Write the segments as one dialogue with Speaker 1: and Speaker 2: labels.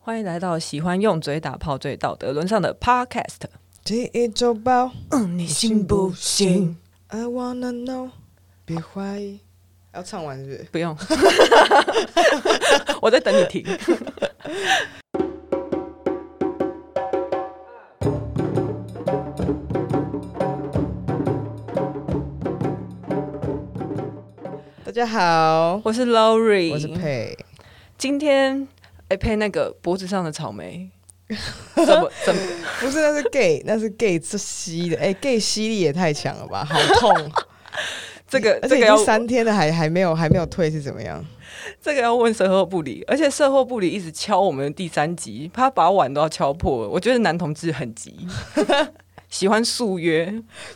Speaker 1: 欢迎来到喜欢用嘴打炮、最道德沦丧的 Podcast。
Speaker 2: 第一周报
Speaker 1: 嗯，你
Speaker 2: 信不信？，I wanna know，别怀疑。要唱完是不是？
Speaker 1: 不用， 我在等你停。
Speaker 2: 大家好，
Speaker 1: 我是 Lori，
Speaker 2: 我是佩。
Speaker 1: 今天哎配那个脖子上的草 莓，怎么怎么？
Speaker 2: 不是，那是 gay，那是 gay 这吸的。哎、g a y 吸力也太强了吧，好痛！
Speaker 1: 这个
Speaker 2: 而
Speaker 1: 这
Speaker 2: 且已
Speaker 1: 个要
Speaker 2: 经三天了，还还没有还没有退是怎么样？
Speaker 1: 这个要问售后部里，而且售后部里一直敲我们的第三集，他把碗都要敲破了。我觉得男同志很急， 喜欢速约，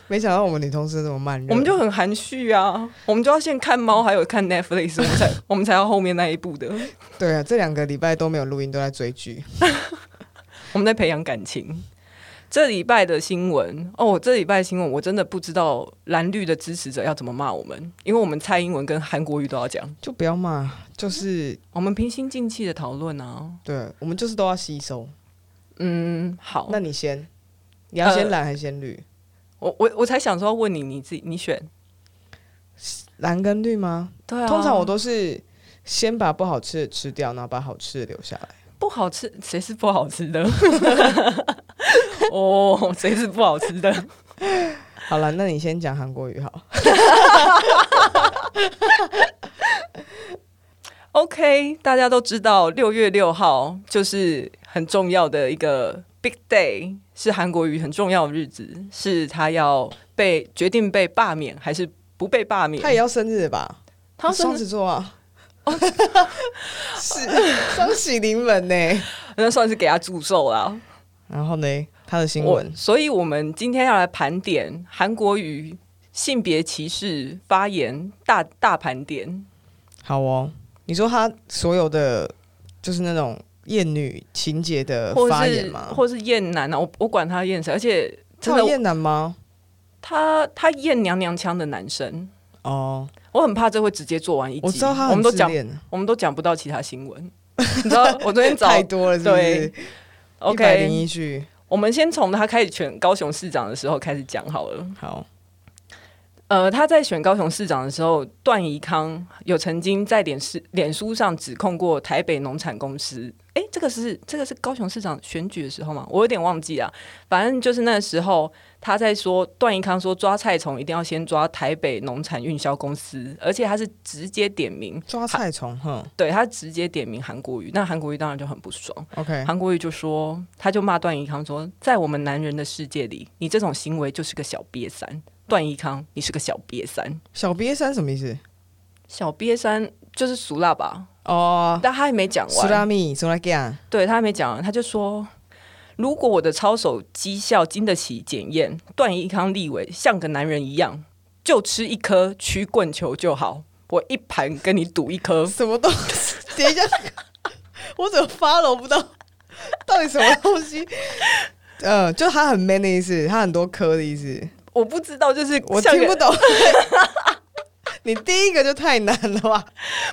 Speaker 2: 没想到我们女同事这么慢热，
Speaker 1: 我们就很含蓄啊，我们就要先看猫，还有看 Netflix，我们 才我们才要后面那一步的。
Speaker 2: 对啊，这两个礼拜都没有录音，都在追剧。
Speaker 1: 我们在培养感情。这礼拜的新闻哦，我这礼拜的新闻我真的不知道蓝绿的支持者要怎么骂我们，因为我们蔡英文跟韩国瑜都要讲，
Speaker 2: 就不要骂，就是
Speaker 1: 我们平心静气的讨论啊。
Speaker 2: 对，我们就是都要吸收。
Speaker 1: 哦嗯，好，
Speaker 2: 那你先，你要先
Speaker 1: 呃
Speaker 2: 蓝还是先绿？
Speaker 1: 我我我才想说要问你，你自己你选
Speaker 2: 蓝跟绿吗？
Speaker 1: 对啊，
Speaker 2: 通常我都是先把不好吃的吃掉，然后把好吃的留下来。
Speaker 1: 不好吃，谁是不好吃的？ 哦，谁是不好吃的？
Speaker 2: 好了，那你先讲韩国语好。
Speaker 1: OK，大家都知道，六月六号就是很重要的一个 Big Day，是韩国瑜很重要的日子，是他要被决定被罢免还是不被罢免。
Speaker 2: 他也要生日吧？
Speaker 1: 他
Speaker 2: 双
Speaker 1: 生哦
Speaker 2: 子座啊。 是双喜临门呢。
Speaker 1: 那算是给他祝寿啦。
Speaker 2: 然后呢，他的新
Speaker 1: 我
Speaker 2: 闻，
Speaker 1: 所以我们今天要来盘点韩国瑜性别歧视发言大大盘点。
Speaker 2: 好哦。你说他所有的就是那种厌女情节的
Speaker 1: 或
Speaker 2: 呃发言
Speaker 1: 是
Speaker 2: 吗？
Speaker 1: 或是厌男啊，我我管他厌谁，而且真
Speaker 2: 他有
Speaker 1: 的
Speaker 2: 厌男吗？
Speaker 1: 他他厌娘娘腔的男生，
Speaker 2: 哦，
Speaker 1: 我很怕这会直接做完一集。
Speaker 2: 我知道他
Speaker 1: 我
Speaker 2: 很
Speaker 1: 们都
Speaker 2: 自
Speaker 1: 讲
Speaker 2: 恋，
Speaker 1: 我们都讲不到其他新闻， 你知道我昨 天找
Speaker 2: 太多了，是不是？一百零
Speaker 1: OK，
Speaker 2: 一句，
Speaker 1: 我们先从他开始选高雄市长的时候开始讲好了。
Speaker 2: 好，
Speaker 1: 呃，他在选高雄市长的时候，段宜康有曾经在脸市脸书上指控过台北农产公司。诶，这个是这个是高雄市长选举的时候吗？我有点忘记了。啊反正就是那时候他在说段宜康说抓菜虫一定要先抓台北农产运销公司，而且他是直接点名，
Speaker 2: 抓菜虫，哼
Speaker 1: 对他直接点名韩国瑜，那韩国瑜当然就很不爽。
Speaker 2: ，OK，
Speaker 1: 韩国瑜就说，他就骂段宜康说，在我们男人的世界里，你这种行为就是个小瘪三。段宜康，你是个小瘪三，
Speaker 2: 小瘪三什么意思？
Speaker 1: 小瘪三就是俗辣吧？
Speaker 2: 哦，
Speaker 1: 但他还没讲
Speaker 2: 苏拉
Speaker 1: 完，
Speaker 2: 米，苏拉吉啊，
Speaker 1: 对他还没讲完，他就说，如果我的操守绩效经得起检验，段宜康立委像个男人一样，就吃一颗曲棍球就好，我一盘跟你赌一颗。
Speaker 2: 什么东西？ 等一下，我怎么发了？我不知道 到底什么东西。 呃，就他很 man 的意思，他很多颗的意思，
Speaker 1: 我不知道，就是
Speaker 2: 我
Speaker 1: 像
Speaker 2: 听
Speaker 1: 个
Speaker 2: 不懂。 你第一个就太难了吧？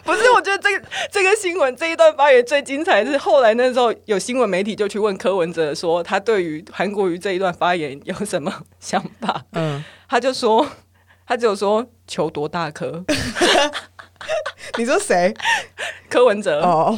Speaker 1: 不是，我觉得这个这个新闻这一段发言最精彩的是后来那时候有新闻媒体就去问柯文哲说他对于韩国瑜这一段发言有什么想法，
Speaker 2: 嗯，
Speaker 1: 他就说他只有说球多大颗，
Speaker 2: 你说谁？
Speaker 1: 柯文哲。
Speaker 2: 哦，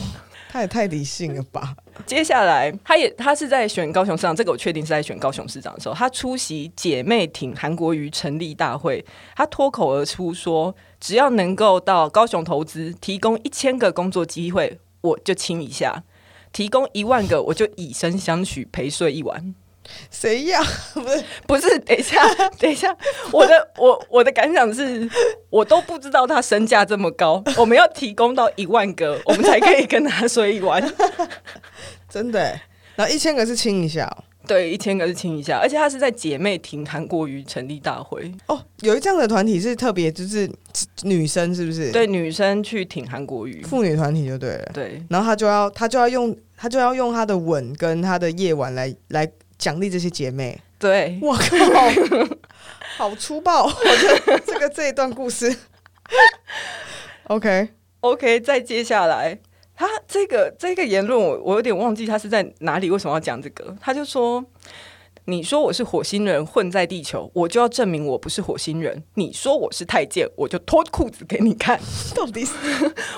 Speaker 2: 他也太理性了吧？
Speaker 1: 接下来他也他是在选高雄市长，这个我确定是在选高雄市长的时候，他出席姐妹挺韩国瑜成立大会，他脱口而出说，只要能够到高雄投资，提供一千个工作机会，我就亲一下。提供一万个，我就以身相许，陪睡一晚。
Speaker 2: 谁呀？
Speaker 1: 不是，等一下， 等一下，我的我我的感想是，我都不知道他身价这么高，我们要提供到一万个，我们才可以跟他睡一晚。
Speaker 2: 真的欸？然后一千个是亲一下哦。
Speaker 1: 对，一千个是亲一下，而且他是在姐妹庭韩国瑜成立大会，
Speaker 2: 哦，有一这样的团体是特别，就是女生是不是？，
Speaker 1: 对女生去挺韩国瑜，
Speaker 2: 妇女团体就对了。
Speaker 1: 对
Speaker 2: 然后他就要他就要用他就要用他的吻跟他的夜晚来来奖励这些姐妹。
Speaker 1: 对，
Speaker 2: 我靠，好粗暴！ 我觉得这个这一段故事。OK，
Speaker 1: OK，再接下来，他这个这个言论，我我有点忘记他是在哪里，为什么要讲这个？他就说：“你说我是火星人混在地球，我就要证明我不是火星人；你说我是太监，我就脱裤子给你看。
Speaker 2: 到底是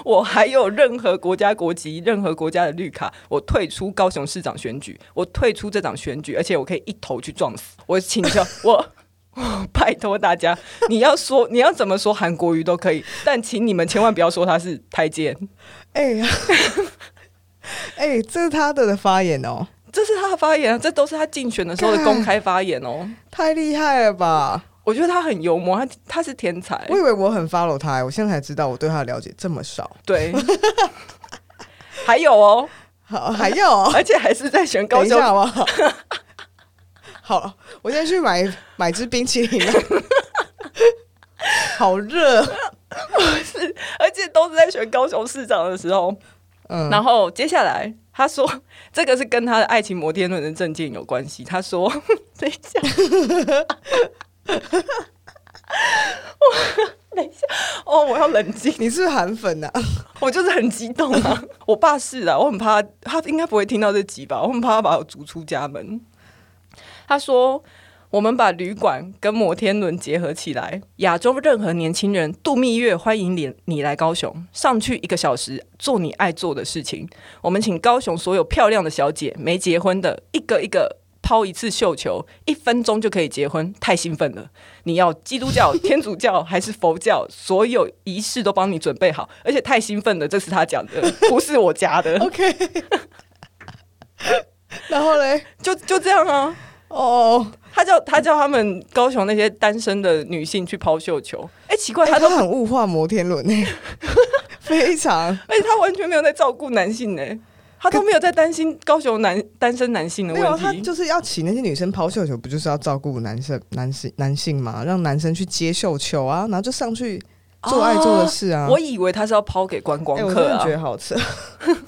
Speaker 1: 我还有任何国家国籍、任何国家的绿卡，我退出高雄市长选举，我退出这场选举，而且我可以一头去撞死。我请求 我。”我拜托大家，你要说你要怎么说韩国瑜都可以，但请你们千万不要说他是太监。
Speaker 2: 哎呀， 哎、这是他的发言哦，
Speaker 1: 这是他的发言啊，这都是他竞选的时候的公开发言哦。
Speaker 2: 太厉害了吧！
Speaker 1: 我觉得他很幽默，他他是天才
Speaker 2: 我，以为我很 follow 他、我现在才知道我对他的了解这么少。
Speaker 1: 对。还有哦，
Speaker 2: 好，还要、哦、
Speaker 1: 而且还是在选高
Speaker 2: 等一
Speaker 1: 中
Speaker 2: 下，好不好？好，我先去买买支冰淇淋啊来。好热，
Speaker 1: 而且都是在选高雄市长的时候。
Speaker 2: 嗯，
Speaker 1: 然后接下来他说， 这个是跟他的爱情摩天轮的证件有关系。他说， 等一下， 我等一下，哦，我要冷静。
Speaker 2: 你是不是韩粉呐、啊？
Speaker 1: 我就是很激动啊！我爸是啊，我很怕他应该不会听到这集吧，我很怕他把我逐出家门。他说：“我们把旅馆跟摩天轮结合起来，亚洲任何年轻人度蜜月，欢迎你你来高雄，上去一个小时，做你爱做的事情。我们请高雄所有漂亮的小姐，没结婚的，一个一个。”抛一次绣球，一分钟就可以结婚，太兴奋了！你要基督教、天主教还是佛教，所有仪式都帮你准备好，而且太兴奋了，这是他讲的，不是我加 的，
Speaker 2: OK，然后嘞，
Speaker 1: 就就这样啊。
Speaker 2: 哦，
Speaker 1: 他叫他叫他们高雄那些单身的女性去抛绣球，哎、奇怪，
Speaker 2: 欸
Speaker 1: 他
Speaker 2: 他
Speaker 1: 都
Speaker 2: 都，很物化摩天轮诶、非常。
Speaker 1: 而且哎他完全没有在照顾男性呢、他都没有在担心高雄男单身男性的
Speaker 2: 没有，啊他
Speaker 1: 问题。
Speaker 2: 就是要请那些女生抛绣球，不就是要照顾男生、男性、男性嘛，让男生去接绣球啊，然后就上去做爱做的事啊。
Speaker 1: 哦我以为他是要抛给观光
Speaker 2: 哎、我真
Speaker 1: 客
Speaker 2: 的
Speaker 1: 啊，
Speaker 2: 觉得好吃。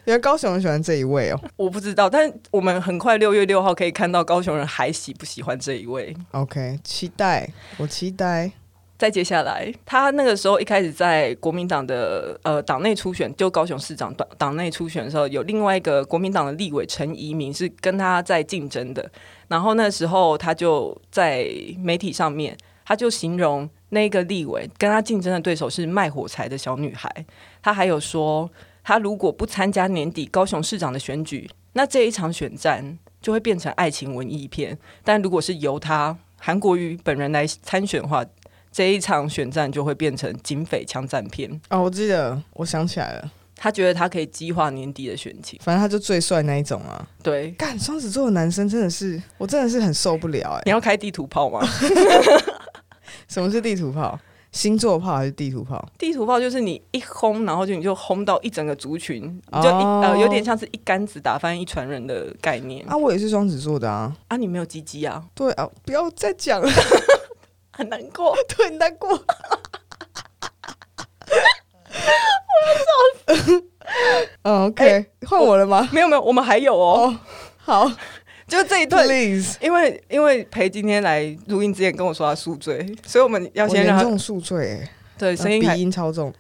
Speaker 2: 原来高雄人喜欢这一位哦。
Speaker 1: 我不知道。但我们很快六月六号可以看到高雄人还喜不喜欢这一位。
Speaker 2: OK，期待，我期待。
Speaker 1: 再接下来，他那个时候一开始在国民党的呃党内初选，就高雄市长党党内初选的时候，有另外一个国民党的立委陈怡民是跟他在竞争的。然后那时候他就在媒体上面，他就形容那个立委跟他竞争的对手是卖火柴的小女孩。他还有说，他如果不参加年底高雄市长的选举，那这一场选战就会变成爱情文艺片。但如果是由他韩国瑜本人来参选的话，这一场选战就会变成警匪枪战片。
Speaker 2: 哦，我记得，我想起来了，
Speaker 1: 他觉得他可以激化年底的选情。
Speaker 2: 反正他就最帅那一种啊。
Speaker 1: 对，
Speaker 2: 干，双子座的男生真的是，我真的是很受不了哎、
Speaker 1: 你要开地图炮吗？
Speaker 2: 什么是地图炮？星座炮还是地图炮？
Speaker 1: 地图炮就是你一轰，然后就你就轰到一整个族群，你就一、
Speaker 2: 哦
Speaker 1: 呃有点像是一竿子打翻一船人的概念啊
Speaker 2: 啊，我也是双子座的啊。
Speaker 1: 你没有鸡鸡啊，
Speaker 2: 对啊，不要再讲了，
Speaker 1: 很难过。
Speaker 2: 对，难过。
Speaker 1: 哎
Speaker 2: 嗯，OK，换、我了吗？
Speaker 1: 没有没有，我们还有哦，
Speaker 2: 哦， 好
Speaker 1: 就这一段。
Speaker 2: ，Please，
Speaker 1: 因为因为裴今天来录音之前跟我说他宿醉，所以我们要
Speaker 2: 我
Speaker 1: 先
Speaker 2: 严
Speaker 1: 让他
Speaker 2: 重宿醉、欸，
Speaker 1: 对声音
Speaker 2: 呃
Speaker 1: 还
Speaker 2: 鼻，音超重，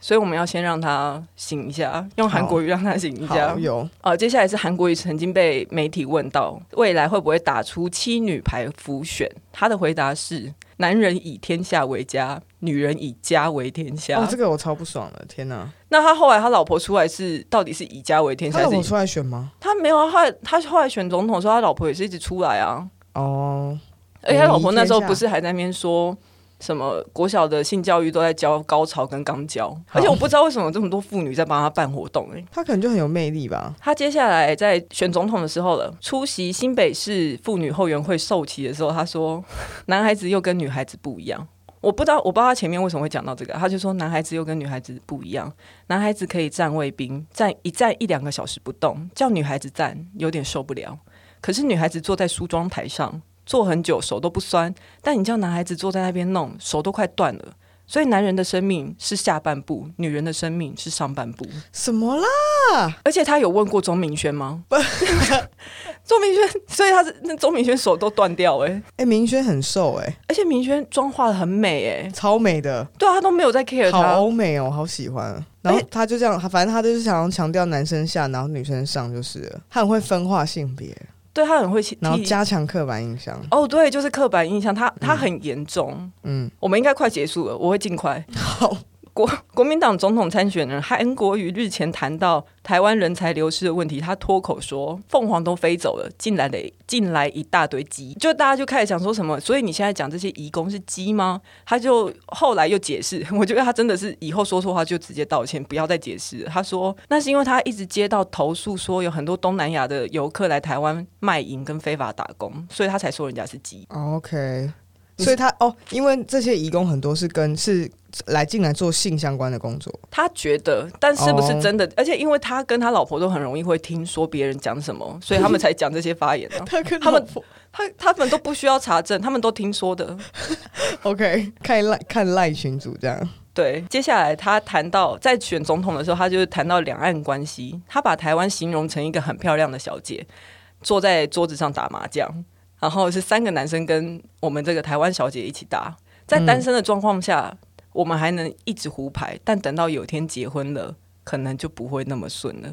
Speaker 1: 所以我们要先让他醒一下，用韩国语让他醒一下
Speaker 2: 好。有
Speaker 1: 呃，接下来是韩国瑜曾经被媒体问到未来会不会打出七女排浮选，他的回答是：男人以天下为家，女人以家为天下。
Speaker 2: 哦，这个我超不爽的，天哪！
Speaker 1: 那他后来他老婆出来是到底是以家为天
Speaker 2: 他
Speaker 1: 下
Speaker 2: 让
Speaker 1: 还
Speaker 2: 我
Speaker 1: 是以？
Speaker 2: 出来选吗？
Speaker 1: 他没有啊，他他后来选总统的时候，他老婆也是一直出来啊。
Speaker 2: 哦，
Speaker 1: 而哎且他
Speaker 2: 母仪
Speaker 1: 老婆那时候
Speaker 2: 天下
Speaker 1: 不是还在那边说什么国小的性教育都在教高潮跟肛交，
Speaker 2: 好
Speaker 1: 而且我不知道为什么这么多妇女在帮他办活动、欸，
Speaker 2: 他可能就很有魅力吧。
Speaker 1: 他接下来在选总统的时候了，出席新北市妇女后援会受旗的时候，他说：“男孩子又跟女孩子不一样。”我不知道，我不知道他前面为什么会讲到这个，他就说男孩子又跟女孩子不一样，男孩子可以站卫兵，站一站一两个小时不动，叫女孩子站有点受不了。可是女孩子坐在梳妆台上坐很久，手都不酸，但你叫男孩子坐在那边弄，手都快断了。所以男人的生命是下半部，女人的生命是上半部。
Speaker 2: 什么啦？
Speaker 1: 而且他有问过钟明轩吗？ 钟明轩，所以他是那钟明轩手都断掉哎、
Speaker 2: 哎、明轩很瘦、欸，哎，
Speaker 1: 而且明轩妆化的很美哎、
Speaker 2: 超美的，
Speaker 1: 对啊，他都没有在 care
Speaker 2: 好
Speaker 1: 他，
Speaker 2: 欧美哦，好喜欢。然后他就这样，他反正他就是想要强调男生下，然后女生上就是了。他很会分化性别，
Speaker 1: 对他很会去
Speaker 2: 然后
Speaker 1: 替
Speaker 2: 加强刻板印象。
Speaker 1: 哦，对，就是刻板印象，他他很严重。
Speaker 2: 嗯，
Speaker 1: 我们应该快结束了，我会尽快。
Speaker 2: 好，
Speaker 1: 国国民党总统参选人韩国瑜日前谈到台湾人才流失的问题，他脱口说：“凤凰都飞走了，进来的进来一大堆鸡。”就大家就开始讲说什么，所以你现在讲这些移工是鸡吗？他就后来又解释， 我觉得他真的是以后说错话就直接道歉，不要再解释了。他说那是因为他一直接到投诉，说有很多东南亚的游客来台湾卖淫跟非法打工，所以他才说人家是鸡。
Speaker 2: 哦 OK，所以他哦，因为这些义工很多是跟是来进来做性相关的工作，
Speaker 1: 他觉得，但是不是
Speaker 2: 哦。
Speaker 1: 真的？而且因为他跟他老婆都很容易会听说别人讲什么，所以他们才讲这些发言、啊
Speaker 2: 他跟
Speaker 1: 他们哦 他他们都不需要查证，他们都听说的。
Speaker 2: OK 看赖看赖群主这样，
Speaker 1: 对，接下来他谈到在选总统的时候，他就是谈到两岸关系，他把台湾形容成一个很漂亮的小姐，坐在桌子上打麻将，然后是三个男生跟我们这个台湾小姐一起打，在单身的状况下，我们还能一直胡牌，但等到有天结婚了，可能就不会那么顺了。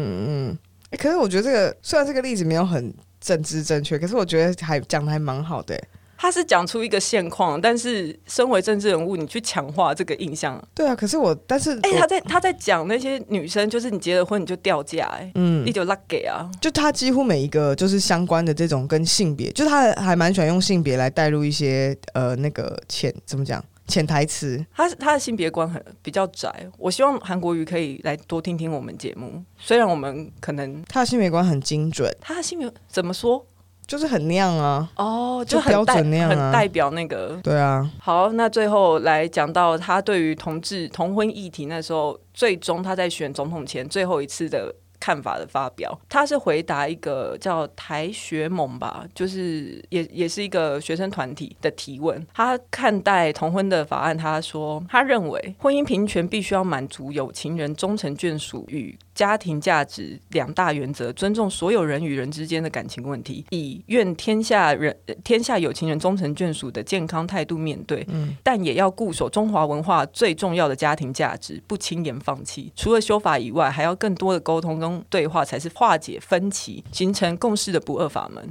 Speaker 2: 欸可是我觉得这个虽然这个例子没有很政治正确，可是我觉得还讲的还蛮好的欸、
Speaker 1: 他是讲出一个现况，但是身为政治人物，你去强化这个印象。
Speaker 2: 对啊，可是我但是
Speaker 1: 哎、
Speaker 2: 我
Speaker 1: 他在他在讲那些女生，就是你结了婚你就掉价、哎、
Speaker 2: 嗯
Speaker 1: 你，就拉给啊，
Speaker 2: 就他几乎每一个就是相关的这种跟性别，就他还蛮喜欢用性别来带入一些呃那个潜怎么讲潜台词。
Speaker 1: 他他的性别观很比较窄。我希望韩国瑜可以来多听听我们节目，虽然我们可能
Speaker 2: 他的性别观很精准，
Speaker 1: 他的性别怎么说
Speaker 2: 就是很亮啊，
Speaker 1: 哦，
Speaker 2: 就
Speaker 1: 很代
Speaker 2: 标准那样啊
Speaker 1: 很代表那个
Speaker 2: 对啊，
Speaker 1: 好，那最后来讲到他对于同志同婚议题那时候，最终他在选总统前最后一次的看法的发表，他是回答一个叫台学盟吧，就是也也是一个学生团体的提问。他看待同婚的法案，他说他认为婚姻平权必须要满足有情人忠诚眷属与家庭价值两大原则，尊重所有人与人之间的感情问题，以愿天下人呃天下有情人终成眷属的健康态度面对，但也要固守中华文化最重要的家庭价值，不轻言放弃。除了修法以外，还要更多的沟通跟对话，才是化解分歧、形成共识的不二法门。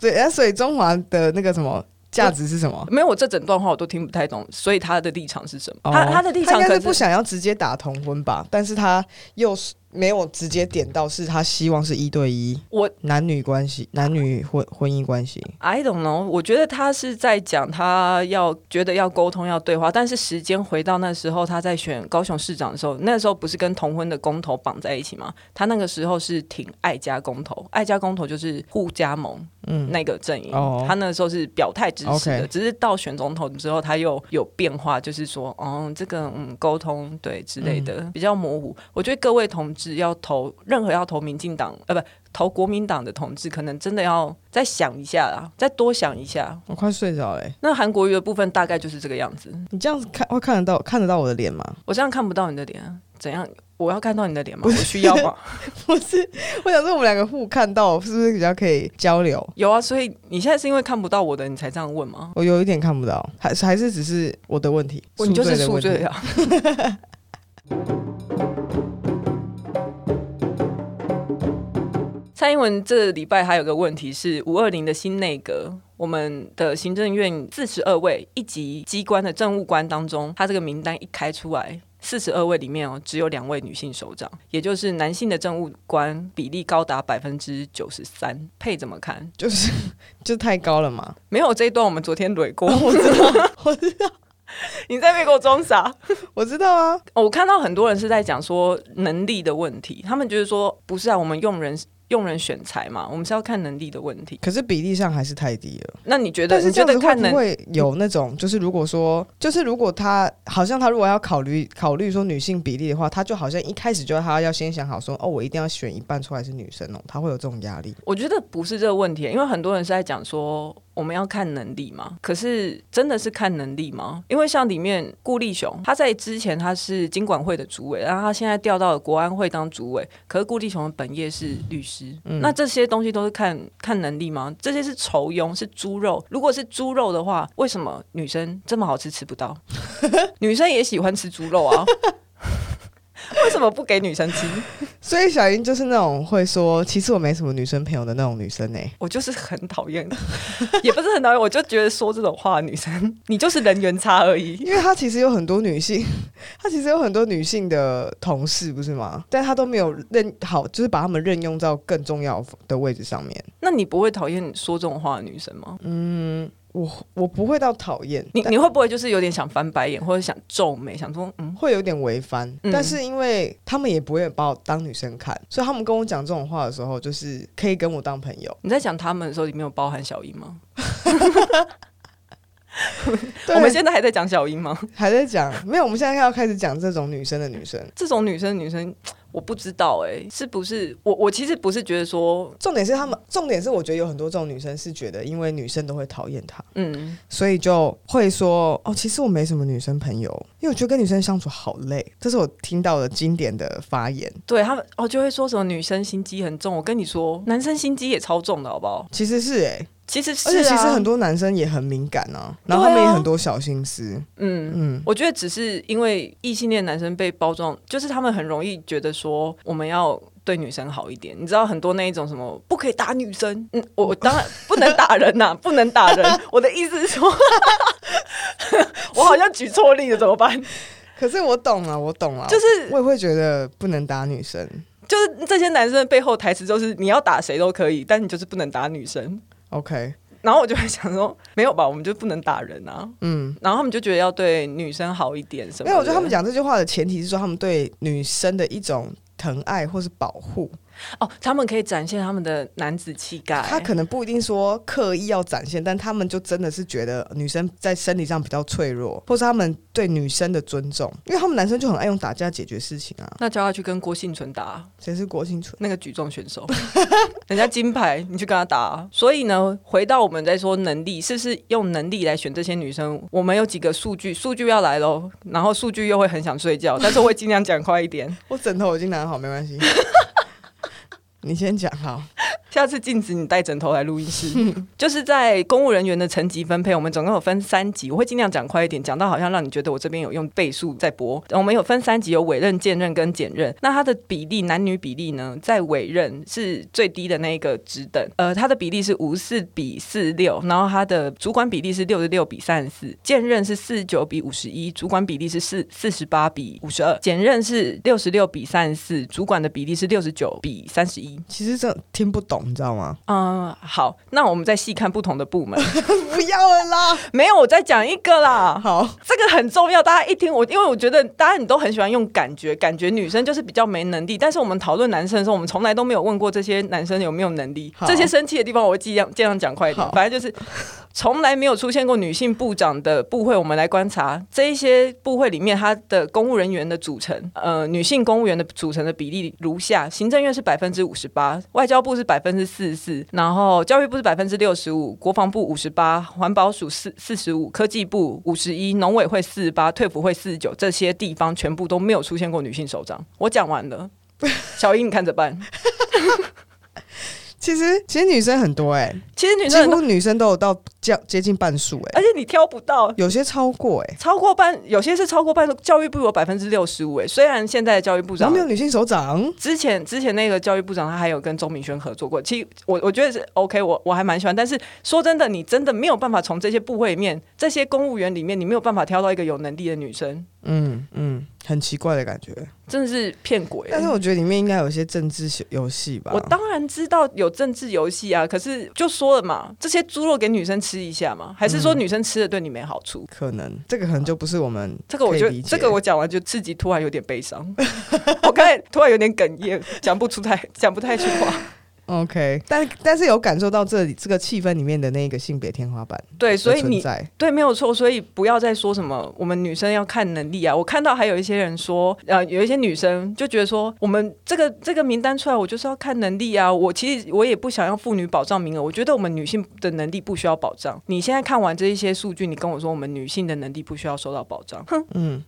Speaker 2: 对啊，所以中华的那个什么价值是什么？
Speaker 1: 没有，我这整段话我都听不太懂，所以他的立场是什么？
Speaker 2: 哦
Speaker 1: 他他的立
Speaker 2: 他
Speaker 1: 场
Speaker 2: 应该
Speaker 1: 可
Speaker 2: 是不想要直接打同婚吧，但是他又是没有直接点到，是他希望是一对一
Speaker 1: 我
Speaker 2: 男女关系、男女婚婚姻关系。
Speaker 1: I don't know，我觉得他是在讲他要觉得要沟通要对话，但是时间回到那时候他在选高雄市长的时候，那时候不是跟同婚的公投绑在一起吗？他那个时候是挺爱家公投，爱家公投就是互加盟，
Speaker 2: 嗯
Speaker 1: 那个阵营，
Speaker 2: 哦
Speaker 1: 他那时候是表态支持的
Speaker 2: OK
Speaker 1: 只是到选总统之后他又有变化，就是说，哦，这个嗯沟通对之类的、比较模糊。我觉得各位同志要投任何要投民进党呃不投国民党的同志，可能真的要再想一下啦，再多想一下。
Speaker 2: 我快睡着嘞、欸
Speaker 1: 那韩国瑜的部分大概就是这个样子。
Speaker 2: 你这样子看会看得到看得到我的脸吗？
Speaker 1: 我这样看不到你的脸啊，怎样？我要看到你的脸吗？我需要吗？
Speaker 2: 不是， 我想说我们两个互看到，是不是比较可以交流？
Speaker 1: 有啊，所以你现在是因为看不到我的，你才这样问吗？
Speaker 2: 我有一点看不到，还是还是只是我的问题，
Speaker 1: 你就是
Speaker 2: 的
Speaker 1: 宿
Speaker 2: 问题
Speaker 1: 醉啊。 蔡英文这礼拜还有个问题是五二零的新内阁，我们的行政院四十二位一级机关的政务官当中，他这个名单一开出来。四十二位里面哦，只有两位女性首长，也就是男性的政务官比例高达百分之九十三。配怎么看？
Speaker 2: 就是 就太高了嘛。
Speaker 1: 没有这一段，我们昨天捋过。我 知道，我知道。你在那边给我装傻？
Speaker 2: 我知道啊，
Speaker 1: 哦，我看到很多人是在讲说能力的问题，他们就是说不是啊，我们用人用人选材嘛，我们是要看能力的问题。
Speaker 2: 可是比例上还是太低了。
Speaker 1: 那你觉得
Speaker 2: 但是
Speaker 1: 你
Speaker 2: 这
Speaker 1: 觉得
Speaker 2: 样子会
Speaker 1: 看
Speaker 2: 不
Speaker 1: 能
Speaker 2: 会有那种，就是如果说，就是如果他好像他如果要考虑考虑说女性比例的话，他就好像一开始就他要先想好说，哦，我一定要选一半出来是女生哦，他会有这种压力。
Speaker 1: 我觉得不是这个问题，因为很多人是在讲说我们要看能力嘛，可是真的是看能力吗？因为像里面顾立雄，他在之前他是经管会的主委，然后他现在调到了国安会当主委，可是顾立雄的本业是律师，那这些东西都是看看能力吗？这些是酬庸，是猪肉。如果是猪肉的话，为什么女生这么好吃吃不到？女生也喜欢吃猪肉啊。 为什么不给女生吃？
Speaker 2: 所以小英就是那种会说，其实我没什么女生朋友的那种女生呢、欸
Speaker 1: 我就是很讨厌， 也不是很讨厌，我就觉得说这种话的女生，你就是人缘差而已。
Speaker 2: 因为她其实有很多女性， 她其实有很多女性的同事，不是吗？但她都没有任好，就是把她们任用到更重要的位置上面。
Speaker 1: 那你不会讨厌说这种话的女生吗？
Speaker 2: 我我不会到讨厌，
Speaker 1: 你
Speaker 2: 但
Speaker 1: 你会不会就是有点想翻白眼，或者想皱眉，想说嗯，
Speaker 2: 会有点违反，
Speaker 1: 嗯
Speaker 2: 但是因为他们也不会把我当女生看，所以他们跟我讲这种话的时候，就是可以跟我当朋友。
Speaker 1: 你在讲他们的时候，里面有包含小英吗？
Speaker 2: 对
Speaker 1: 我们现在还在讲小英吗？
Speaker 2: 还在讲，没有，我们现在要开始讲这种女生的女生。
Speaker 1: 这种女生女生，我不知道哎、是不是？我我其实不是觉得说，
Speaker 2: 重点是他们，重点是我觉得有很多这种女生是觉得，因为女生都会讨厌她，
Speaker 1: 嗯，
Speaker 2: 所以就会说哦，其实我没什么女生朋友，因为我觉得跟女生相处好累。这是我听到的经典的发言。
Speaker 1: 对他们哦，就会说什么女生心机很重。我跟你说，男生心机也超重的，好不好？
Speaker 2: 其实是哎、
Speaker 1: 其实是、
Speaker 2: 而
Speaker 1: 啊，
Speaker 2: 且其实很多男生也很敏感啊，然后他们
Speaker 1: 对啊
Speaker 2: 也很多小心思。
Speaker 1: 嗯。
Speaker 2: 嗯，
Speaker 1: 我觉得只是因为异性恋男生被包装，就是他们很容易觉得说我们要对女生好一点。你知道很多那一种什么不可以打女生，嗯，我
Speaker 2: 哦
Speaker 1: 我当然不能打人呐、 不能打人。我的意思是说， 我好像举错例了，怎么办？
Speaker 2: 可是我懂了，我懂了，啊
Speaker 1: 就是
Speaker 2: 我也会觉得不能打女生。
Speaker 1: 就是这些男生的背后台词就是你要打谁都可以，但你就是不能打女生。
Speaker 2: OK，
Speaker 1: 然后我就会想说，没有吧，我们就不能打人啊。
Speaker 2: 嗯，
Speaker 1: 然后他们就觉得要对女生好一点什么的。
Speaker 2: 没有，我觉得他们讲这句话的前提是说他们对女生的一种疼爱或是保护，
Speaker 1: 哦，他们可以展现他们的男子气概。
Speaker 2: 他可能不一定说刻意要展现，但他们就真的是觉得女生在生理上比较脆弱，或是他们对女生的尊重，因为他们男生就很爱用打架解决事情啊。
Speaker 1: 那叫他去跟郭幸存打
Speaker 2: 谁是郭庆纯？
Speaker 1: 那个举重选手， 人家金牌，你去跟他打啊、所以呢，回到我们在说能力，是不是用能力来选这些女生？我们有几个数据，数据要来喽，然后数据又会很想睡觉，但是我会尽量讲快一点。
Speaker 2: 我枕头已经拿好，没 关系。你先讲好，
Speaker 1: 下次禁止你带枕头来录音室。 就是在公务人员的层级分配，我们总共有分三级，我会尽量讲快一点，讲到好像让你觉得我这边有用倍数在播。我们有分三级，有委任、兼任跟检任。那它的比例，男女比例呢，在委任是最低的那一个职等，呃，它的比例是五四比四六，然后它的主管比例是六十六比三十四，兼任是四九比五十一，主管比例是四四十八比五十二，检任是六十六比三十四，主管的比例是六十九比三十一。
Speaker 2: 其实这听不懂，你知道吗？
Speaker 1: 嗯，好，那我们再细看不同的部门。
Speaker 2: 不要了啦，
Speaker 1: 没有，我再讲一个啦，
Speaker 2: 好，
Speaker 1: 这个很重要。大家一听我，因为我觉得大家你都很喜欢用感觉，感觉女生就是比较没能力。但是我们讨论男生的时候，我们从来都没有问过这些男生有没有能力。
Speaker 2: 好
Speaker 1: 这些生气的地方，我会尽量尽量讲快一点
Speaker 2: 好。
Speaker 1: 反正就是从来没有出现过女性部长的部会，我们来观察这一些部会里面，它的公务人员的组成，呃，女性公务员的组成的比例如下：行政院是百分之五十八，外交部是百分之四十四，然后教育部是百分之六十五，国防部五十八，环保署四四十五，科技部五十一，农委会四十八，退辅会四十九，这些地方全部都没有出现过女性首长。我讲完了，小英你看着办。
Speaker 2: 其实其实女生很多哎、
Speaker 1: 其实女
Speaker 2: 几
Speaker 1: 生很多
Speaker 2: 乎女生都有到接接近半数哎、
Speaker 1: 而且你挑不到，
Speaker 2: 有些超过哎、
Speaker 1: 超过半，有些是超过半数。教育部有百分之六十五，哎，虽然现在的教育部
Speaker 2: 然
Speaker 1: 长
Speaker 2: 后没有女性首长，
Speaker 1: 之前之前那个教育部长，他还有跟钟明轩合作过。其实我我觉得是 OK，我我还蛮喜欢。但是说真的，你真的没有办法从这些部会里面、这些公务员里面，你没有办法挑到一个有能力的女生，
Speaker 2: 嗯嗯，很奇怪的感觉。
Speaker 1: 真的是骗鬼。欸
Speaker 2: 但是我觉得里面应该有一些政治小游戏吧。
Speaker 1: 哎我当然知道有政治游戏啊，可是就说了嘛，这些猪肉给女生吃一下嘛，还是说
Speaker 2: 嗯
Speaker 1: 女生吃了对你没好处？
Speaker 2: 可能这个可能就不是我们
Speaker 1: 啊这个我觉
Speaker 2: 可以
Speaker 1: 得，
Speaker 2: 理解
Speaker 1: 这个我讲完就自己突然有点悲伤， 我刚才突然有点哽咽，讲不出太讲不太出话。
Speaker 2: OK，但但是有感受到这里这个气氛里面的那个性别天花板的
Speaker 1: 对，所以
Speaker 2: 存
Speaker 1: 你
Speaker 2: 在
Speaker 1: 对，没有错，所以不要再说什么我们女生要看能力啊。我看到还有一些人说，呃，有一些女生就觉得说，我们这个这个名单出来，我就是要看能力啊。我其实我也不想要妇女保障名额，我觉得我们女性的能力不需要保障。你现在看完这一些数据，你跟我说我们女性的能力不需要受到保障，哼，
Speaker 2: 嗯，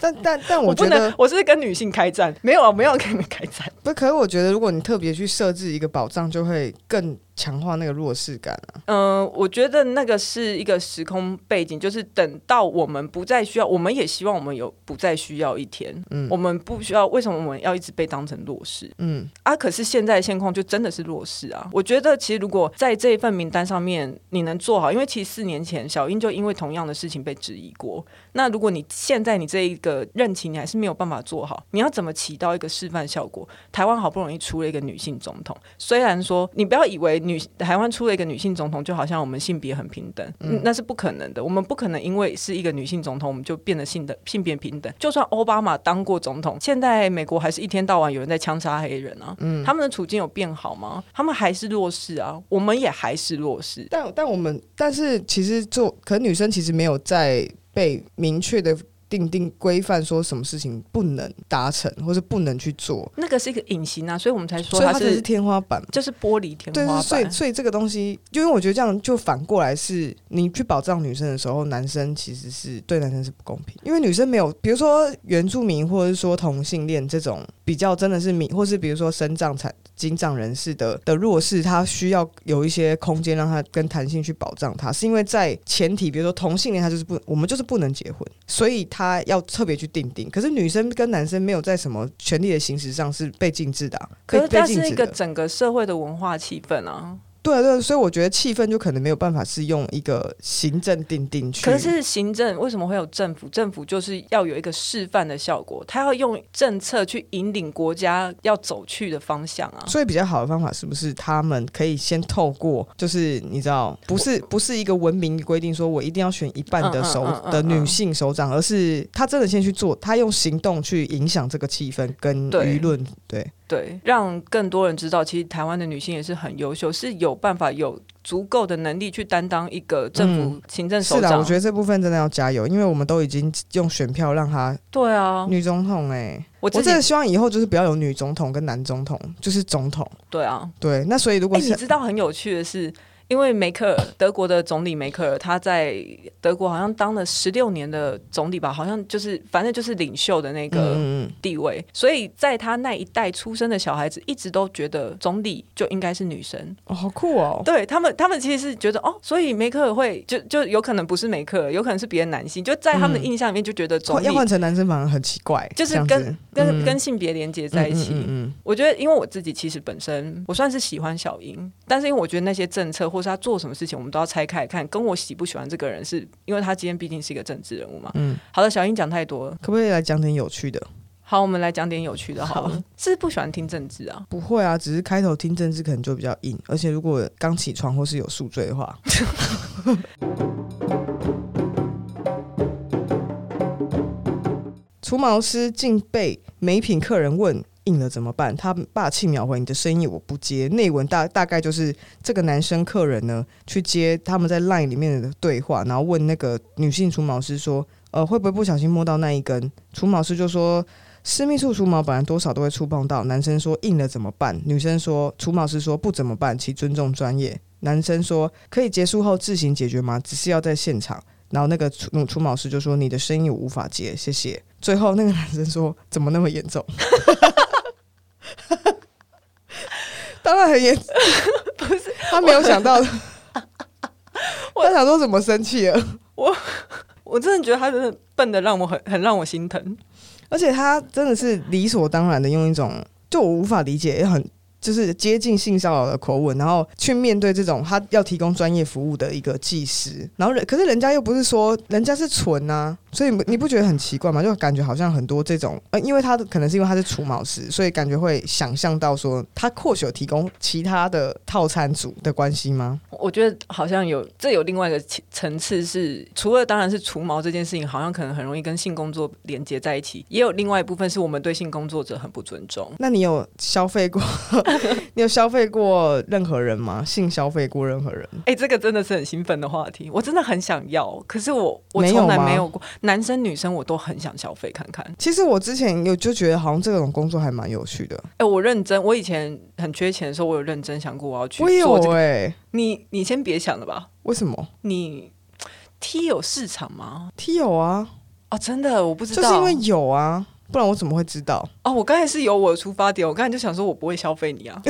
Speaker 2: 但但但我
Speaker 1: 不
Speaker 2: 觉
Speaker 1: 能
Speaker 2: 得，
Speaker 1: 我是跟女性开战，没有啊，没有跟你们开战。
Speaker 2: 不，可是我觉得如果你特别去设置一个保障，就会更强化那个弱势感啊？
Speaker 1: 嗯、我觉得那个是一个时空背景，就是等到我们不再需要，我们也希望我们有不再需要一天。
Speaker 2: 嗯
Speaker 1: 我们不需要，为什么我们要一直被当成弱势
Speaker 2: 嗯
Speaker 1: 啊？可是现在的现况就真的是弱势啊！我觉得其实如果在这一份名单上面你能做好，因为其实四年前小英就因为同样的事情被质疑过。那如果你现在你这一个任期你还是没有办法做好，你要怎么起到一个示范效果？台湾好不容易出了一个女性总统，虽然说你不要以为女台湾出了一个女性总统，就好像我们性别很平等，嗯，那是不可能的。我们不可能因为是一个女性总统，我们就变得性的性别平等。就算奥巴马当过总统，现在美国还是一天到晚有人在枪杀黑人啊，嗯，他们的处境有变好吗？他们还是弱势啊，我们也还是弱势。
Speaker 2: 但但我们但是其实做，可女生其实没有在被明确的定定规范说什么事情不能达成，或是不能去做，
Speaker 1: 那个是一个隐形啊，所以我们才说
Speaker 2: 所以
Speaker 1: 它
Speaker 2: 它只
Speaker 1: 是
Speaker 2: 是天花板嘛。
Speaker 1: 就是玻璃天
Speaker 2: 对，
Speaker 1: 花
Speaker 2: 是所以
Speaker 1: 板。
Speaker 2: 所以这个东西，就因为我觉得这样就反过来是，你去保障女生的时候，男生其实是对男生是不公平，因为女生没有，比如说原住民或者是说同性恋这种比较真的是民，或是比如说身障残精障人士的的弱势，他需要有一些空间让他跟弹性去保障他，是因为在前提，比如说同性恋他就是不，我们就是不能结婚，所以他要特别去定定。可是女生跟男生没有在什么权利的行使上是被禁止的啊、
Speaker 1: 可
Speaker 2: 被
Speaker 1: 是
Speaker 2: 被
Speaker 1: 它
Speaker 2: 禁
Speaker 1: 是
Speaker 2: 止
Speaker 1: 一
Speaker 2: 的
Speaker 1: 个整个社会的文化气氛啊。
Speaker 2: 对啊对啊，所以我觉得气氛就可能没有办法是用一个行政定定去。啊
Speaker 1: 可是行政为什么会有政府？政府就是要有一个示范的效果，他要用政策去引领国家要走去的方向啊。
Speaker 2: 所以比较好的方法是不是他们可以先透过，就是你知道，不是不是一个文明规定说我一定要选一半的
Speaker 1: 嗯嗯
Speaker 2: 首
Speaker 1: 嗯嗯
Speaker 2: 的
Speaker 1: 嗯
Speaker 2: 女性首长，而是他真的先去做，他用行动去影响这个气氛跟
Speaker 1: 对
Speaker 2: 舆论。对，
Speaker 1: 对，让更多人知道，其实台湾的女性也是很优秀，是有办法有足够的能力去担当一个政府行政
Speaker 2: 嗯是
Speaker 1: 首
Speaker 2: 的，
Speaker 1: 长。
Speaker 2: 我觉得这部分真的要加油，因为我们都已经用选票让他
Speaker 1: 对啊，
Speaker 2: 女总统哎、
Speaker 1: 我
Speaker 2: 我
Speaker 1: 自己
Speaker 2: 真的希望以后就是不要有女总统跟男总统，就是总统。
Speaker 1: 对啊。
Speaker 2: 对，那所以如
Speaker 1: 哎、
Speaker 2: 果是、
Speaker 1: 你知道很有趣的是。因为梅克尔，德国的总理梅克尔，他在德国好像当了十六年的总理吧，好像就是反正就是领袖的那个
Speaker 2: 嗯嗯
Speaker 1: 地位，所以在他那一代出生的小孩子一直都觉得总理就应该是女生，
Speaker 2: 哦，好酷哦。
Speaker 1: 对他们，他们其实是觉得哦，所以梅克尔会就就有可能不是梅克尔，有可能是别的男性，就在他们的印象里面就觉得总
Speaker 2: 换
Speaker 1: 理
Speaker 2: 嗯要换成男生反而很奇怪，
Speaker 1: 就是
Speaker 2: 这样
Speaker 1: 跟
Speaker 2: 子
Speaker 1: 跟
Speaker 2: 嗯
Speaker 1: 跟性别连接在一起。
Speaker 2: 嗯嗯嗯
Speaker 1: 我觉得，因为我自己其实本身我算是喜欢小英，但是因为我觉得那些政策或是他做什么事情，我们都要拆开来看，跟我喜不喜欢这个人是因为他今天毕竟是一个政治人物嘛。
Speaker 2: 嗯
Speaker 1: 好的，小英讲太多了，
Speaker 2: 可不可以来讲点有趣的？
Speaker 1: 好，我们来讲点有趣的好了。
Speaker 2: 好
Speaker 1: 是不喜欢听政治啊？
Speaker 2: 不会啊，只是开头听政治可能就比较硬，而且如果刚起床或是有宿醉的话， 除毛师竟被美品客人问。硬了怎么办？他霸气秒回你的生意我不接。内文大大概就是这个男生客人呢去接他们在 LINE 里面的对话，然后问那个女性除毛师说，呃，会不会不小心摸到那一根？除毛师就说，私密处除毛本来多少都会触碰到，男生说硬了怎么办？女生说除毛师说不怎么办，其尊重专业。男生说可以结束后自行解决吗？只是要在现场。然后那个除除毛师就说你的生意我无法接，谢谢。最后那个男生说怎么那么严重？当然很严，不 是他没有想到，他想说怎么生气了。
Speaker 1: 我真的觉得他真的笨的让我很很让我心疼。
Speaker 2: 而且他真的是理所当然的用一种就我无法理解，也很就是接近性骚扰的口吻，然后去面对这种他要提供专业服务的一个技师，然后人可是人家又不是说人家是纯啊，所以你不你不觉得很奇怪吗？就感觉好像很多这种，呃，因为他的可能是因为他是除毛师，所以感觉会想象到说他或许有提供其他的套餐组的关系吗？
Speaker 1: 我觉得好像有这有另外一个层层次是，除了当然是除毛这件事情，好像可能很容易跟性工作连接在一起，也有另外一部分是我们对性工作者很不尊重。
Speaker 2: 那你有消费过？ 你有消费过任何人吗？性消费过任何人？
Speaker 1: 哎、这个真的是很兴奋的话题，我真的很想要，可是我我
Speaker 2: 没有
Speaker 1: 从来
Speaker 2: 吗
Speaker 1: 没有过，男生女生我都很想消费看看。
Speaker 2: 其实我之前有就觉得好像这种工作还蛮有趣的，
Speaker 1: 哎、我认真，我以前很缺钱的时候，我有认真想过我要去
Speaker 2: 我也有
Speaker 1: 做这个。
Speaker 2: 哎、
Speaker 1: 你你先别想了吧，
Speaker 2: 为什么
Speaker 1: 你 T 有市场吗？
Speaker 2: T 有啊？
Speaker 1: 哦，真的我不知
Speaker 2: 就
Speaker 1: 道，
Speaker 2: 是因为有啊，不然我怎么会知道？
Speaker 1: 哦，我刚才是有我的出发点，我刚才就想说我不会消费你啊。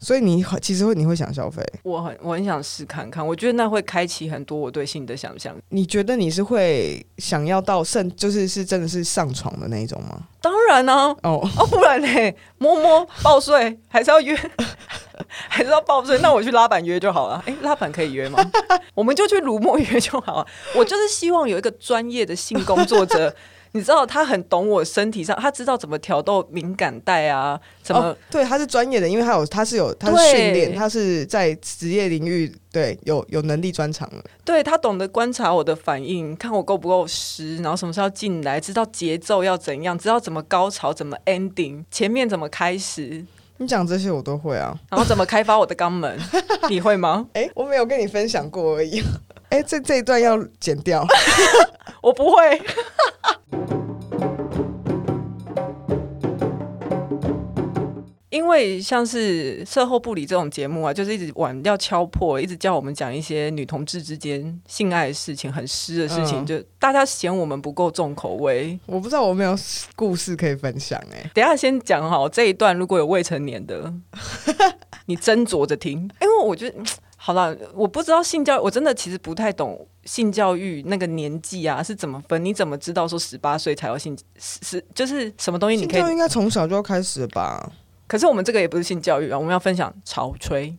Speaker 2: 所以你其实会你会想消费，
Speaker 1: 我很我很想试看看，我觉得那会开启很多我对性的想象。
Speaker 2: 你觉得你是会想要到甚就是是真的是上床的那一种吗？
Speaker 1: 当然呢、
Speaker 2: 哦，
Speaker 1: 哦，不然嘞，摸摸报税还是要约， 还是要报税？那我去拉板约就好了。哎、拉板可以约吗？ 我们就去鲁墨约就好了。啊我就是希望有一个专业的性工作 者，你知道他很懂我身体上，他知道怎么调动敏感带啊，怎么、
Speaker 2: 哦对，他是专业的，因为他有他是有他是
Speaker 1: 对
Speaker 2: 训练，他是在职业领域对有有能力专长的。
Speaker 1: 对他懂得观察我的反应，看我够不够湿，然后什么时候要进来，知道节奏要怎样，知道怎么高潮，怎么 ending，前面怎么开始，
Speaker 2: 你讲这些我都会啊，
Speaker 1: 然后怎么开发我的肛门，你会吗？
Speaker 2: 哎、我没有跟你分享过而已。哎、这这一段要剪掉。
Speaker 1: 我不会。 因为像是售后不理这种节目啊，就是一直往要敲破，一直叫我们讲一些女同志之间性爱的事情、很湿的事情，
Speaker 2: 嗯
Speaker 1: 就大家嫌我们不够重口味。
Speaker 2: 我不知道我有没有故事可以分享哎、
Speaker 1: 等一下先讲好这一段，如果有未成年 的，你斟酌着听，因为我觉得。嗯好了，我不知道性教育，我真的其实不太懂性教育那个年纪啊是怎么分？你怎么知道说十八岁才要性十十就是什么东西哎你
Speaker 2: 性
Speaker 1: 可以
Speaker 2: 教育？应该从小就要开始了吧？
Speaker 1: 可是我们这个也不是性教育啊，我们要分享潮 吹。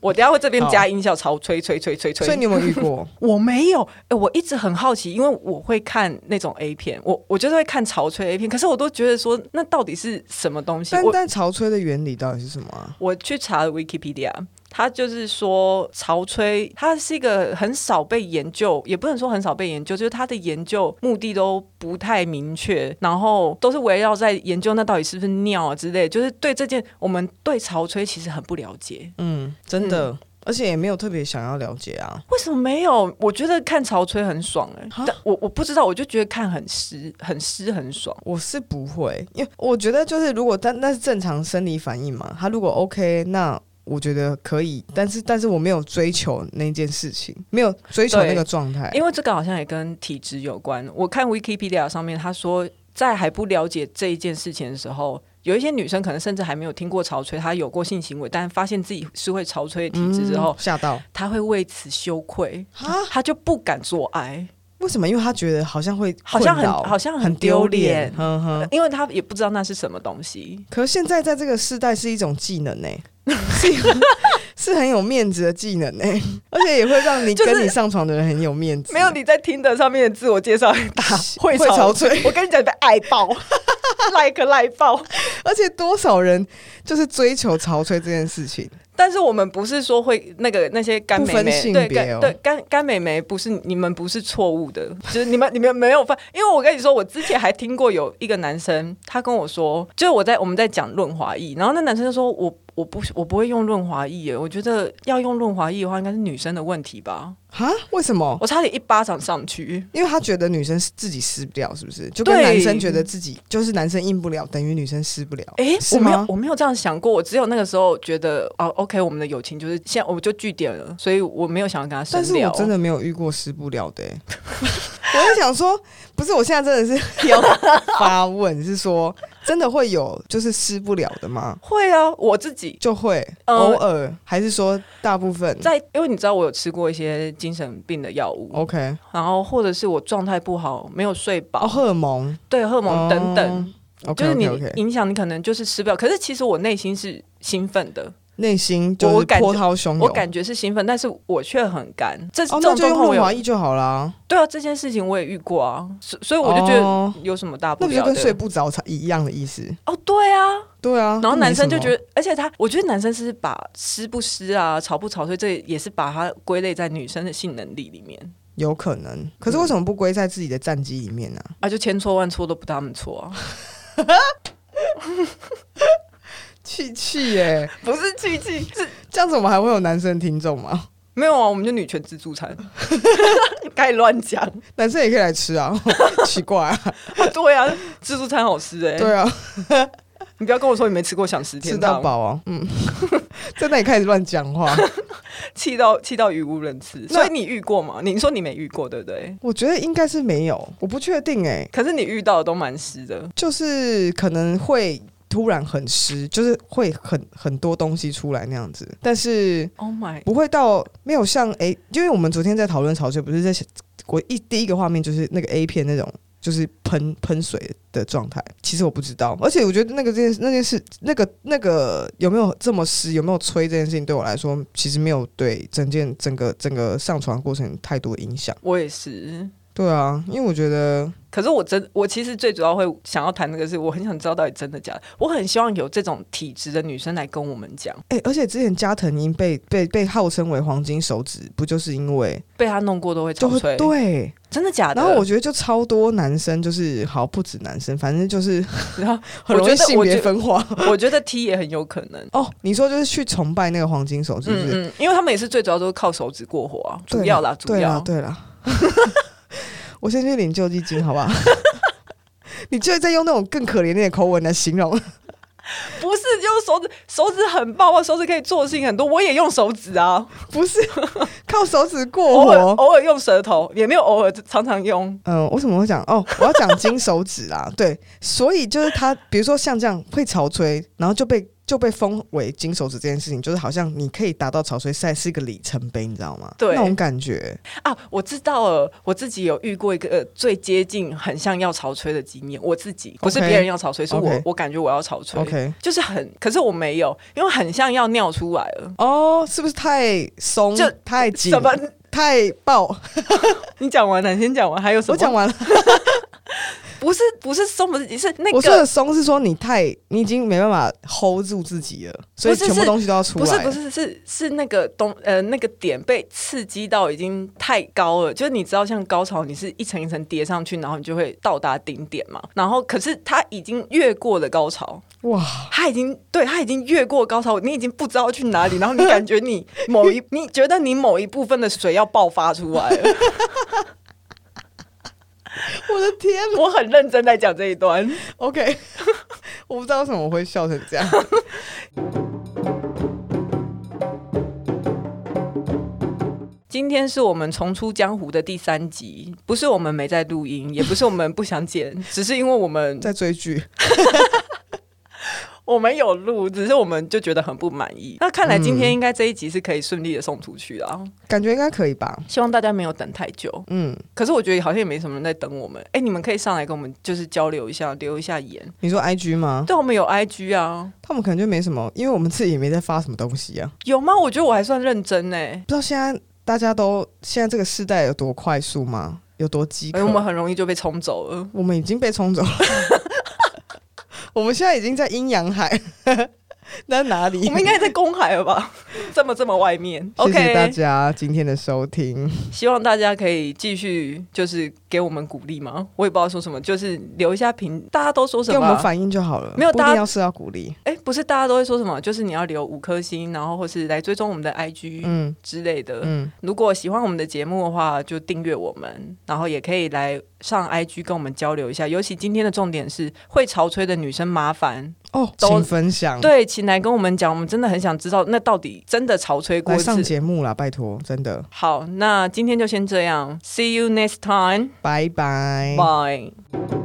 Speaker 1: 我等一下会这边加音效，潮吹吹吹吹吹。
Speaker 2: 所以你有没有遇 过？
Speaker 1: 我没有，哎、我一直很好奇，因为我会看那种 A 片，我我就是会看潮吹 A 片，可是我都觉得说那到底是什么东西？
Speaker 2: 但
Speaker 1: 我
Speaker 2: 但潮吹的原理到底是什么啊？
Speaker 1: 我去查了 Wikipedia，它就是说潮吹，它是一个很少被研究，也不能说很少被研究，就是它的研究目的都不太明确，然后都是围绕在研究那到底是不是尿啊之类，就是对这件我们对潮吹其实很不了解。
Speaker 2: 嗯，真的，而且也没有特别想要了解啊。
Speaker 1: 为什么没有？我觉得看潮吹很爽哎、
Speaker 2: 哈
Speaker 1: 但我我不知道，我就觉得看很湿，很湿很爽。
Speaker 2: 我是不会，因为我觉得就是如果但那是正常生理反应嘛，他如果 OK，那我觉得可以，但是但是我没有追求那件事情，没有追求
Speaker 1: 对
Speaker 2: 那个状态，
Speaker 1: 因为这个好像也跟体质有关。我看 Wikipedia 上面他说，在还不了解这一件事情的时候，有一些女生可能甚至还没有听过潮吹，她有过性行为，但发现自己是会潮吹的体质之后
Speaker 2: 嗯，吓到
Speaker 1: 她会为此羞愧，
Speaker 2: 啊？
Speaker 1: 她就不敢做爱，
Speaker 2: 为什么？因为他觉得好像会
Speaker 1: 好像很
Speaker 2: 困扰
Speaker 1: 好像
Speaker 2: 很
Speaker 1: 丢
Speaker 2: 脸，，哼哼。
Speaker 1: 因为她也不知道那是什么东西。
Speaker 2: 可是现在在这个世代是一种技能呢、欸 是一个是很有面子的技能呢、而且也会让你
Speaker 1: 就是
Speaker 2: 跟你上床的人很有面子。
Speaker 1: 没有你在听的上面的自我介 绍打会
Speaker 2: 会潮
Speaker 1: 潮
Speaker 2: 吹，
Speaker 1: 我跟你讲，你被爱 爆，like 赖爆。
Speaker 2: 而且多少人就是追求潮吹这件事情，
Speaker 1: 但是我们不是说会那个那些干妹
Speaker 2: 不分
Speaker 1: 妹，
Speaker 2: 性
Speaker 1: 对
Speaker 2: 别
Speaker 1: 干
Speaker 2: 哦
Speaker 1: 对干干妹妹不是你们不是错误的， 就是你们你们没有犯，因为我跟你说，我之前还听过有一个男生，他跟我说，就是我在我们在讲润滑液，然后那男生就说我我不我不会用润滑液耶，我觉得要用润滑液的话，应该是女生的问题吧，
Speaker 2: 哈？为什么？
Speaker 1: 我差点一巴掌上去。
Speaker 2: 因为他觉得女生自己湿不了，是不是？就跟
Speaker 1: 对
Speaker 2: 男生觉得自己就是男生硬不了，等于女生湿不了。
Speaker 1: 诶，
Speaker 2: 是
Speaker 1: 我没有
Speaker 2: 吗，
Speaker 1: 我没有这样想过，我只有那个时候觉得，哦，OK，我们的友情就是现在我就据点了，所以我没有想要跟他深
Speaker 2: 但是
Speaker 1: 聊。
Speaker 2: 我真的没有遇过湿不了 的、欸，我就想说，不是，我现在真的是要发问，是说真的会有就是湿不了的吗？
Speaker 1: 会啊，我自己
Speaker 2: 就会、
Speaker 1: 呃
Speaker 2: 偶尔，还是说大部分
Speaker 1: 在，因为你知道我有吃过一些精神病的药物，
Speaker 2: ？OK，
Speaker 1: 然后或者是我状态不好，没有睡饱，
Speaker 2: 哦，荷尔蒙，
Speaker 1: 对荷尔蒙等等，
Speaker 2: 哦、OK，
Speaker 1: 就是你
Speaker 2: OK，OK
Speaker 1: 影响你可能就是吃不了。可是其实我内心是兴奋的，
Speaker 2: 内心就是
Speaker 1: 我感觉
Speaker 2: 波涛汹涌，
Speaker 1: 我感觉是兴奋，但是我却很干。这、
Speaker 2: 嗯哦，
Speaker 1: 这
Speaker 2: 那
Speaker 1: 种
Speaker 2: 就
Speaker 1: 状
Speaker 2: 用
Speaker 1: 况我
Speaker 2: 润滑
Speaker 1: 有，
Speaker 2: 液就好啦。
Speaker 1: 对啊，这件事情我也遇过啊，所所以我就觉
Speaker 2: 哦
Speaker 1: 得有什么大不
Speaker 2: 那不就
Speaker 1: 了
Speaker 2: 跟睡
Speaker 1: 的？
Speaker 2: 不着才一样的意思？
Speaker 1: 哦，对啊，
Speaker 2: 对啊，
Speaker 1: 然后男生就觉
Speaker 2: 得
Speaker 1: 得，而且他，我觉得男生是把湿不湿啊、潮不潮，所以这也是把它归类在女生的性能力里面
Speaker 2: 有可能，可是为什么不归在自己的战绩里面呢、
Speaker 1: 啊，就千错万错都不他们错啊。
Speaker 2: 气气耶，
Speaker 1: 不是气气，是
Speaker 2: 这样子我们还会有男生听众吗？
Speaker 1: 没有啊，我们就女权自助餐， 该乱讲。
Speaker 2: 男生也可以来吃啊， 奇怪啊，
Speaker 1: 哦对啊，自助餐好吃哎、
Speaker 2: 对啊，
Speaker 1: 你不要跟我说你没吃过想食
Speaker 2: 吃
Speaker 1: 天
Speaker 2: 到
Speaker 1: 堂，
Speaker 2: 饱啊，嗯， 在那里开始乱讲话。
Speaker 1: 气到气到语无伦次。
Speaker 2: 那
Speaker 1: 所以你遇过吗？你说你没遇过，对不对？
Speaker 2: 我觉得应该是没有，我不确定哎、
Speaker 1: 可是你遇到的都蛮湿的，
Speaker 2: 就是可能会突然很湿，就是会很很多东西出来那样子，但是
Speaker 1: Oh my，
Speaker 2: 不会到没有像诶，因为我们昨天在讨论潮水，不是在我一第一个画面就是那个 A 片那种。就是喷喷水的状态，其实我不知道，而且我觉得那个这件那件事，那个那个有没有这么湿，有没有吹这件事情，对我来说其实没有对整件整个整个上床过程太多影响。
Speaker 1: 我也是。
Speaker 2: 对啊，因为我觉得
Speaker 1: 可是我真，我其实最主要会想要谈那个是，我很想知道到底真的假的。我很希望有这种体质的女生来跟我们讲，
Speaker 2: 哎、而且之前加藤鹰被被被号称为黄金手指，不就是因为
Speaker 1: 被她弄过都会
Speaker 2: 就
Speaker 1: 憔
Speaker 2: 会
Speaker 1: 悴，
Speaker 2: 对，
Speaker 1: 真的假的？
Speaker 2: 然后我觉得就超多男生就是好不止男生，反正就是
Speaker 1: 然后
Speaker 2: 很容
Speaker 1: 我
Speaker 2: 易
Speaker 1: 觉得
Speaker 2: 性
Speaker 1: 我觉
Speaker 2: 别分 化。
Speaker 1: 我觉得 T 也很有可能。
Speaker 2: 哦，你说就是去崇拜那个黄金手指，是不是？
Speaker 1: 嗯嗯，因为他们也是最主要都是靠手指过活啊，
Speaker 2: 对
Speaker 1: 主要啦，主
Speaker 2: 对啦
Speaker 1: 要，
Speaker 2: 对啦， 我先去领救济金，好不好？ 你就在用那种更可怜一点的口吻来形容，
Speaker 1: 不是用手指，手指很棒啊，手指可以做的事情很多，我也用手指啊，
Speaker 2: 不是靠手指过
Speaker 1: 偶尔
Speaker 2: 活。
Speaker 1: 偶尔用舌头，也没有偶尔，常常用。
Speaker 2: 嗯，我怎么会讲？哦，我要讲金手指啦。对，所以就是他，比如说像这样会潮吹，然后就被就被封为金手指这件事情，就是好像你可以达到潮吹赛是一个里程碑，你知道吗？
Speaker 1: 对
Speaker 2: 那种感觉。
Speaker 1: 啊，我知道了，我自己有遇过一个、呃最接近很像要潮吹的经验，我自己不是
Speaker 2: OK
Speaker 1: 别人要潮吹，是我
Speaker 2: OK
Speaker 1: 我感觉我要潮吹
Speaker 2: OK，
Speaker 1: 就是很，可是我没有，因为很像要尿出来了，
Speaker 2: 哦，是不是太松
Speaker 1: 就、
Speaker 2: 太紧
Speaker 1: 什、么？
Speaker 2: 太爆？
Speaker 1: 你讲完啊了，你先讲完，还有什么？
Speaker 2: 我讲完了。
Speaker 1: 不是不是松，不是是那
Speaker 2: 我说
Speaker 1: 个
Speaker 2: 的松是说你太，你已经没办法 hold 住自己了，所以
Speaker 1: 不是
Speaker 2: 全部
Speaker 1: 是
Speaker 2: 东西都要出来
Speaker 1: 不
Speaker 2: 了。
Speaker 1: 是不是是是那个东呃那个点被刺激到已经太高了，就是你知道像高潮你是一层一层叠上去，然后你就会到达顶点嘛，然后可是它已经越过了高潮，
Speaker 2: 哇，
Speaker 1: 他已经对他已经越过高潮，你已经不知道去哪里，然后你感觉你某一，你觉得你某一部分的水要爆发出来 了。
Speaker 2: 我的天哪
Speaker 1: 我很认真在讲这一段，
Speaker 2: ！OK，我 不知道为什么我会笑成这样。
Speaker 1: 今天是我们重出江湖的第三集，不是我们没在录音，也不是我们不想剪，只是因为我们
Speaker 2: 在追剧，
Speaker 1: 我们有录，只是我们就觉得很不满意。那看来今天应该这一集是可以顺利的送出去的啊，
Speaker 2: 感觉应该可以吧？
Speaker 1: 希望大家没有等太久。
Speaker 2: 嗯，
Speaker 1: 可是我觉得好像也没什么人在等我们，哎、你们可以上来跟我们就是交流一下，留一下言。
Speaker 2: 你说 IG 吗？
Speaker 1: 对，我们有 IG 啊，
Speaker 2: 他们可能就没什么，因为我们自己也没在发什么东西啊。
Speaker 1: 有吗？我觉得我还算认真呢、
Speaker 2: 不知道现在大家都现在这个时代有多快速吗？有多饥渴？
Speaker 1: 哎我们很容易就被冲走了。
Speaker 2: 我们已经被冲走了，我们现在已经在阴阳海， 那哪里？
Speaker 1: 我们应该在公海了吧？ 这么这么外 面
Speaker 2: 谢谢大
Speaker 1: ，OK。
Speaker 2: 家今天的收听。
Speaker 1: 希望大家可以继续就是给我们鼓励嘛，我也不知道说什么，就是留一下评。大家都说什
Speaker 2: 给
Speaker 1: 么
Speaker 2: 我
Speaker 1: 啊？
Speaker 2: 们反应就好了，
Speaker 1: 没有
Speaker 2: 不一
Speaker 1: 大
Speaker 2: 定
Speaker 1: 家
Speaker 2: 要是要鼓励。
Speaker 1: 哎、不是大家都会说什么？就是你要留五颗星，然后或是来追踪我们的 IG
Speaker 2: 嗯
Speaker 1: 之类的。
Speaker 2: 嗯，
Speaker 1: 如果喜欢我们的节目的话，就订阅我们，然后也可以来上 IG 跟我们交流一下。尤其今天的重点是会潮吹的女生，麻烦
Speaker 2: 哦，
Speaker 1: 都
Speaker 2: 请分享，，
Speaker 1: 对，请来跟我们讲，我们真的很想知道那到底真的潮吹过
Speaker 2: 来
Speaker 1: 一
Speaker 2: 上
Speaker 1: 次。
Speaker 2: 节目啦，拜托，真的，
Speaker 1: 好，那今天就先这样，See you next time，bye。
Speaker 2: 拜拜。
Speaker 1: Bye